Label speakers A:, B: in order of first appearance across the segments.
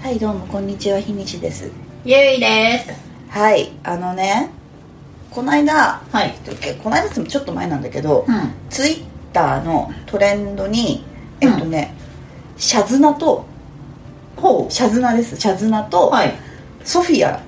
A: はいどうもこんにちはひにちです
B: ゆいです
A: はいあのねこの間
B: はい
A: この間っつってもちょっと前なんだけど、
B: うん
A: ツイッターのトレンドにえっとね、シャズナと
B: ほ
A: シャズナですシャズナと、
B: はい
A: ソフィア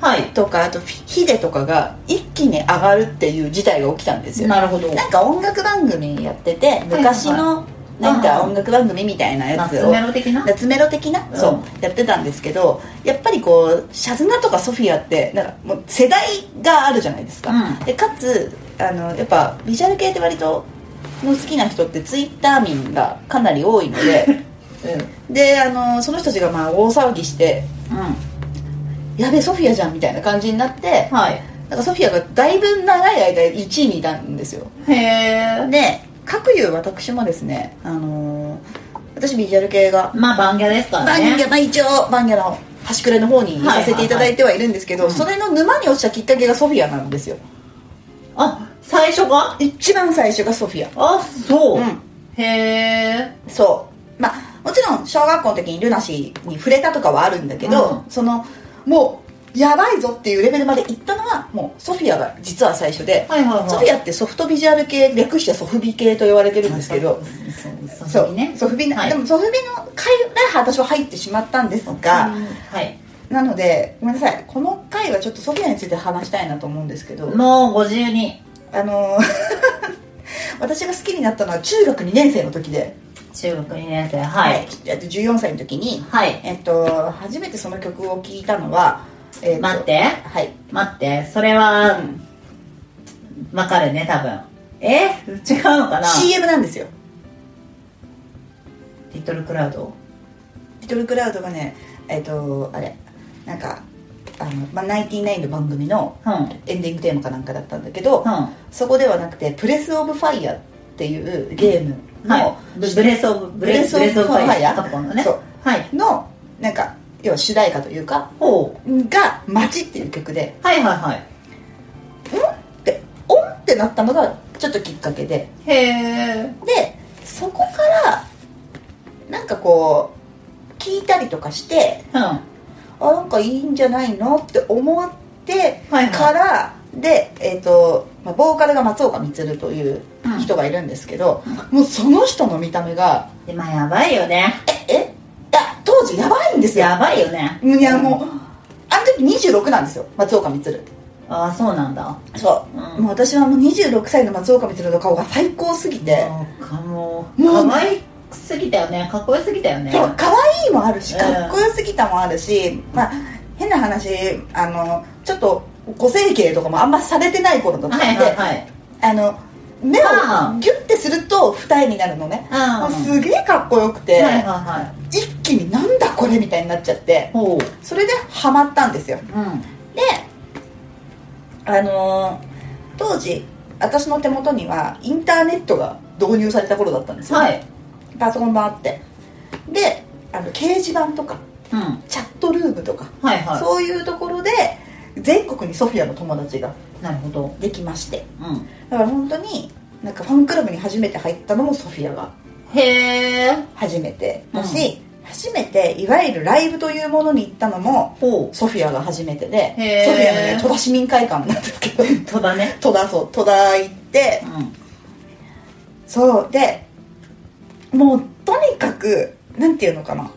B: はい
A: とかあとヒデとかが一気に上がるっていう事態が起きたんですよ
B: なるほど
A: なんか音楽番組やってて昔のなんか音楽番組みたいなやつ
B: 夏
A: を
B: メロ的な
A: 夏メロ的な、
B: うん
A: そうやってたんですけどやっぱりこうシャズナとかソフィアってなんかもう世代があるじゃないですか、
B: うん
A: でかつあのやっぱビジュアル系って割との好きな人ってツイッター民がかなり多いの でであのその人たちがまあ大騒ぎして
B: うん、うん、
A: 「やべソフィアじゃん」みたいな感じになって
B: はい
A: なんかソフィアがだいぶ長い間1位にいたんですよ
B: へえ
A: でかくいう私もですねあの私ビジュアル系が
B: まあ番ギャですから
A: バンギャ
B: ね
A: まあ一応バンギャの端くれの方にいさせていただいてはいるんですけど、
B: はいはいは
A: それの沼に落ちたきっかけがソフィアなんですよ
B: あ最初が
A: 一番最初がソフィア
B: あそう、
A: うん
B: へえ
A: そうまあもちろん小学校の時にルナシーに触れたとかはあるんだけど、
B: う
A: そのもうやばいぞっていうレベルまで行ったのはもうソフィアが実は最初で、
B: はいはいはい
A: ソフィアってソフトビジュアル系略してソフビ系と言われてるんですけど
B: そう
A: そ
B: そううね
A: ソフビな、
B: はい
A: でもソフビの会が私は入ってしまったんですが、
B: うんはい
A: なのでごめんなさいこの回はちょっとソフィアについて話したいなと思うんですけど、
B: もうご自由に
A: あのー 私が好きになったのは中学2年生の時で、
B: 中学2年生はい
A: えっと14歳の時に、
B: はい
A: えっと、初めてその曲を聴いたのは、えっと
B: 待って
A: はい、
B: 待ってそれはわかるね多分え違うのかな
A: CM なんですよ
B: リトルクラウド
A: リトルクラウドがねえっとあれなんかあの、まあ、ナインティナインの番組の
B: うんうん
A: エンディングテーマかなんかだったんだけど、そこではなくて「プレス・オブ・ファイヤー」っていうゲームの、
B: はいブブレスオブブ
A: ブレ
B: レ
A: ス
B: ス
A: オ
B: オ
A: ブ
B: ブファイヤー
A: ファイヤー
B: 過去のね
A: そう
B: はい
A: のなんか要は主題歌というか
B: ほ
A: が「街」っていう曲で
B: うはいはいはい
A: でオンってなったのがちょっときっかけで
B: へえ
A: でそこからなんかこう聞いたりとかして
B: うんは
A: あなんかいいんじゃないのって思って
B: い
A: か
B: は
A: ら、でえっ、と、まあ、ボーカルが松岡充という人がいるんですけど、もうその人の見た目が
B: いでまあやばいよね
A: ええいや当時やばいんですよ
B: やばいよね
A: いやもうあの時26なんですよ松岡充
B: ああそうなんだ
A: そうう、
B: ん
A: もう私はもう26歳の松岡充の顔が最高すぎて、
B: そうかもう
A: もう
B: 可愛すぎたよねかっこよすぎたよね
A: そう可愛いもあるし
B: うん
A: かっこよすぎたもあるし、まあ変な話あのちょっとご整形とかもあんまされてない頃だったんで、
B: はいはいはい
A: あの目を
B: ああ
A: ギュッてすると二重になるのね、もう
B: うん
A: すげえかっこよくて、
B: はいはいは
A: 一気になんだこれみたいになっちゃって
B: いほう
A: それでハマったんですよ
B: うん
A: であのー当時私の手元にはインターネットが導入された頃だったんですよ、
B: はい
A: パソコン版あってであの掲示板とか
B: うん
A: チャットルームとか、
B: はいは
A: そういうところで全国にソフィアの友達が
B: いなるほど
A: できまして
B: うん
A: だから本当になんかファンクラブに初めて入ったのもソフィアが
B: へえ
A: 初めてだし、初めていわゆるライブというものに行ったのも
B: ほ
A: ソフィアが初めてで
B: へー
A: ソフィアのね戸田市民会館なんですけど
B: うとだね
A: 戸田そう戸田行って
B: うん
A: そうでもうとにかくなんていうのかな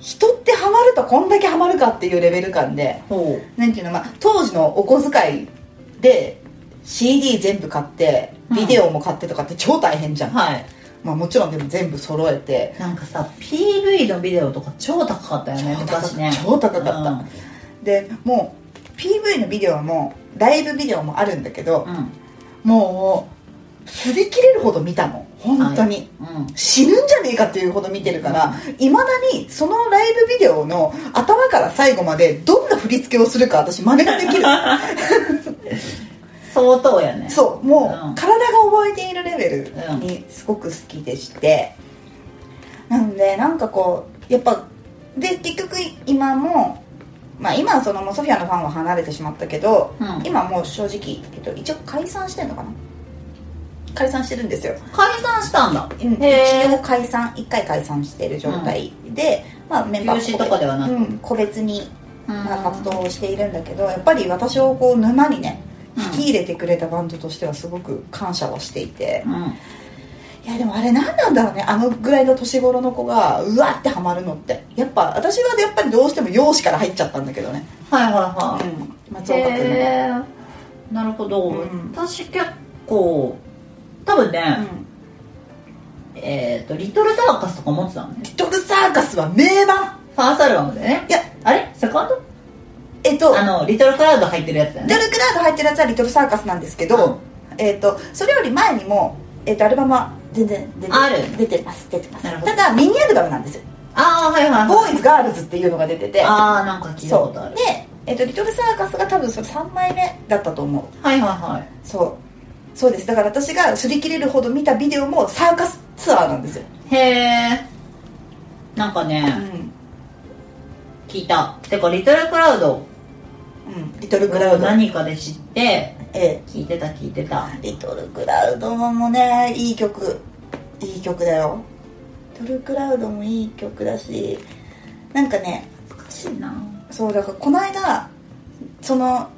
A: 人ってハマるとこんだけハマるかっていうレベル感で
B: ほ
A: なんていうの、まあ、当時のお小遣いで CD 全部買って
B: うん
A: ビデオも買ってとかって超大変じゃ、
B: うんはい
A: まあ、もちろんでも全部揃えて
B: なんかさ PV のビデオとか超高かったよね
A: 超高かっ
B: 昔
A: た
B: ね
A: 超高かった
B: うん
A: でもう PV のビデオもライブビデオもあるんだけど
B: うん
A: もう擦り切れるほど見たの本当に、
B: うん
A: 死ぬんじゃねえかっていうほど見てるからいまだにそのライブビデオの頭から最後までどんな振り付けをするか私真似がで きる
B: 相当やね
A: そうもう、
B: うん
A: 体が覚えているレベルにすごく好きでしてなんでなんかこうやっぱで結局今もまあ今はそのもうソフィアのファンは離れてしまったけど、
B: うん
A: 今もう正直、えっと、一応解散してんのかな解散してるんですよ
B: 解散したんだ
A: うん
B: へ
A: 一
B: ー
A: 応解散1回解散してる状態で、まあ、メンバー
B: 休止とかではなく
A: うん個別に、まあ、
B: うん
A: 活動をしているんだけどやっぱり私をこう沼にね
B: うん
A: 引き入れてくれたバンドとしてはすごく感謝はしていて
B: う、ん
A: いやでもあれ何なんだろうねあのぐらいの年頃の子がうわってハマるのってやっぱ私はやっぱりどうしても容姿から入っちゃったんだけどね、
B: はいはいは
A: う
B: い、
A: ん、松岡君の
B: へえなるほど、
A: うん
B: 私結構多分ね、
A: うん
B: えっ、とリトルサーカスとか持ってたのね
A: リトルサーカスは名盤
B: ファーストアルバムでね
A: いや
B: あれセカンド
A: えっと
B: あのリトルクラウド入ってるやつだよ
A: リト
B: ね
A: ルクラウド入ってるやつはリトルサーカスなんですけ
B: う
A: ど、えっとそれより前にも、えっとアルバムは全然出て
B: ある
A: 出てます出てます
B: なるほど
A: ただミニアルバムなんですよ
B: ああはいはい
A: ボ
B: は
A: ーイズガールズっていうのが出てて
B: いああなんか聞いたことある
A: で、えっとリトルサーカスが多分それ3枚目だったと思う
B: はいはいはい
A: そうそうですだから私が擦り切れるほど見たビデオもサーカスツアーなんですよ、
B: へえなんかね、
A: うん
B: 聞いたてかリトルクラウド
A: うん、リトルクラウド、
B: 何かで知って
A: え
B: 聞いてた聞いてた
A: えリトルクラウドもねいい曲いい曲だよリトルクラウドもいい曲だしなんかね
B: 懐かしいな
A: そうだからこの間その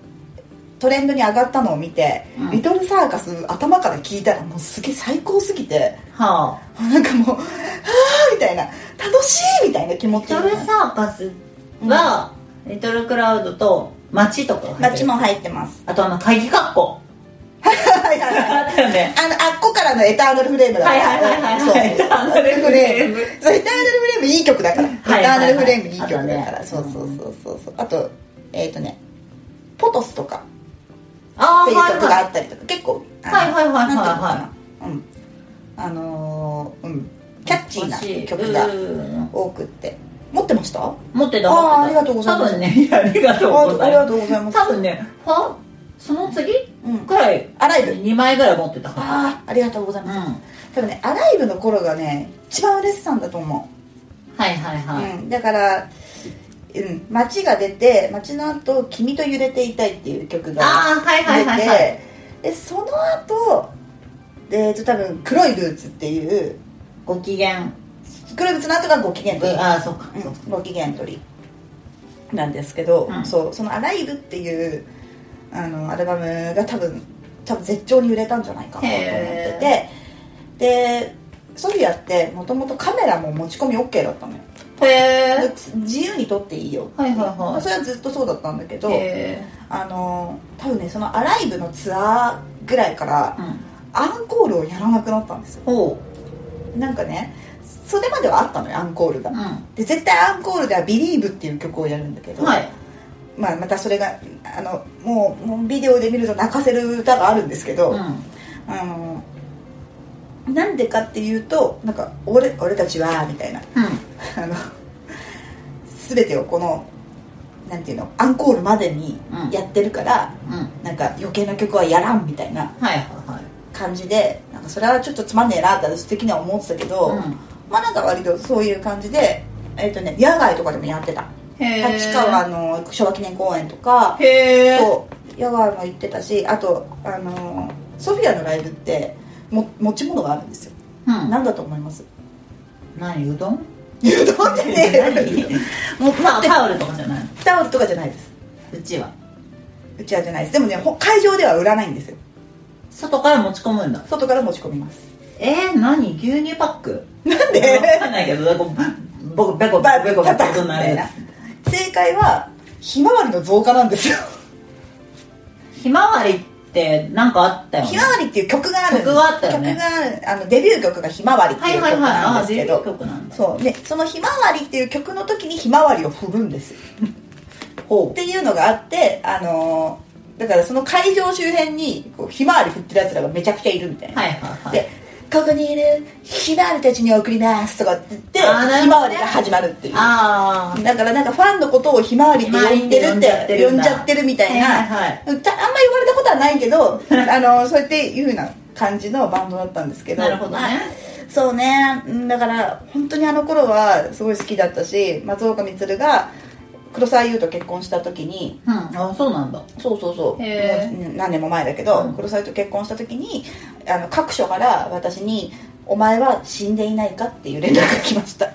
A: トレンドに上がったのを見て、
B: うん
A: リトルサーカス頭から聞いたらもうすげえ最高すぎて
B: は
A: なんかもう「ああ」みたいな「楽しい!」みたいな気
B: あ
A: 持
B: リ
A: ち
B: トルサーカスは、リトルクラウドと街とかが入ってる
A: 街も入ってます
B: あとあの鍵括弧
A: はいはいはい
B: あったよね
A: あの、あっこからのエターナルフレームだから。
B: はいはいはいはい
A: そうそう
B: エターナルフレーム
A: そう、エターナルフレームいい曲だから。
B: はいはいはい
A: エターナルフレームいい曲だから。
B: あとね
A: そうそうそうそうそう。あと、えっ、とね、ポトスとかっ
B: あ
A: て
B: あ
A: いう曲があ
B: は
A: ったりとか、結構、あ
B: はいはいはいはいは
A: な
B: い
A: んていうのかなうん。あのー、うん、キャッチーな曲が多くって。持ってましたあ
B: 持ってた
A: あー
B: 持ってた
A: ありがとうございます
B: 多分ね いやありがとう
A: あ
B: ご
A: り
B: ざいま
A: がとうございますす。
B: 多分ねはその次
A: うん
B: くらい
A: アライブ。
B: 2枚ぐらい持ってたか
A: ああ、ありがとうござい
B: らうん
A: ます。
B: は
A: 多分ね、アライブの頃がね、一番嬉しさんだと思う。
B: いはいはい
A: うん、だから、うん、街が出て街の後君と揺れていたい」っていう曲が
B: あーはいはいはいはい
A: 出てでその後えーと多分「黒いブーツ」っていう
B: ご機嫌
A: 黒いブーツの後が「ご機嫌取り」
B: ああそっか
A: う
B: そっか
A: ん、ご機嫌取りなんですけど、
B: うん
A: そうその「アライブ」っていうあのアルバムが多分多分絶頂に売れたんじゃないかなと思っててでソフィアってもともとカメラも持ち込み OK だったのよ
B: へえ
A: 自由に撮っていいよ、
B: はいはいはい
A: それはずっとそうだったんだけど、
B: へ
A: あの多分ねそのアライブのツアーぐらいから
B: ーうん
A: アンコールをやらなくなったんですよ
B: ほ
A: なんかねそれまではあったのよアンコールが、
B: うう
A: で絶対アンコールでは「Believe」っていう曲をやるんだけど、
B: んはい
A: まあ、またそれがあのもうもうビデオで見ると泣かせる歌があるんですけど、
B: うん
A: あのなんでかっていうとなんか俺「俺たちは」みたいな
B: うん
A: あの全てをこのなんていうのアンコールまでに
B: うん
A: やってるから、
B: うん
A: なんか余計な曲はやらんみたいな
B: はいはいはい
A: 感じでなんかそれはちょっとつまんねえなって私的には思ってたけど、
B: う
A: まあなんか割とそういう感じで、えっとね、野外とかでもやってた
B: んへー
A: 立川の昭和記念公園とか
B: へえ
A: そう野外も行ってたしあと、あのソフィアのライブっても持ち物があるんですよ、
B: うん
A: なんだと思います
B: 何うどん
A: 言うとんでね えよ
B: もうまあタオルとかじゃないの
A: タオルとかじゃないです
B: うちは
A: うちはじゃないですでもねほ会場では売らないんですよ
B: 外から持ち込むんだ
A: 外から持ち込みます
B: えー、何牛乳パック
A: なん
B: わ
A: で
B: かんないけどなんかボコベコベ
A: バ
B: コベコベ
A: 叩
B: コ
A: く
B: に
A: み
B: な
A: たい
B: る
A: な正解はひまわりの増加なんですよ
B: ひまわりってなんかあったよね
A: ひまわりっていう曲があるんです
B: 曲があったよね
A: 曲があるあのデビュー曲がひまわりって
B: はいいう
A: 曲
B: はいはい
A: なん
B: あ
A: です
B: デ
A: け
B: ビュ
A: ど
B: ー曲なんだ
A: そうでその「ひまわり」っていう曲の時にひまわりを振るんですよっ
B: ほ
A: ていうのがあってあのーだからその会場周辺にこうひまわり振ってるやつらがめちゃくちゃいるみたいな
B: うはいはいはい
A: でここにいるひまわりたちに送りますとかって言って
B: あーなるほどね
A: ひまわりが始まるっていう
B: ああ
A: だからなんかファンのことをひまわりって呼んでるっ
B: ひまわりって呼んじゃって
A: て
B: る
A: 呼
B: ん
A: ん
B: だ
A: じゃってるみたい
B: はい
A: な
B: はいはい
A: たあんま言われたことはないけど あのそうやっていうふうな感じのバンドだったんですけど
B: なるほどね
A: まあそうねうんだから本当にあの頃はすごい好きだったし松岡充が黒沢優と結婚した時に
B: うんあそうなんだ
A: そうそうそうもう
B: へー
A: 何年も前だけど、
B: うん
A: 黒沢優と結婚した時にあの各所から私に「お前は死んでいないか?」っていう連絡が来ました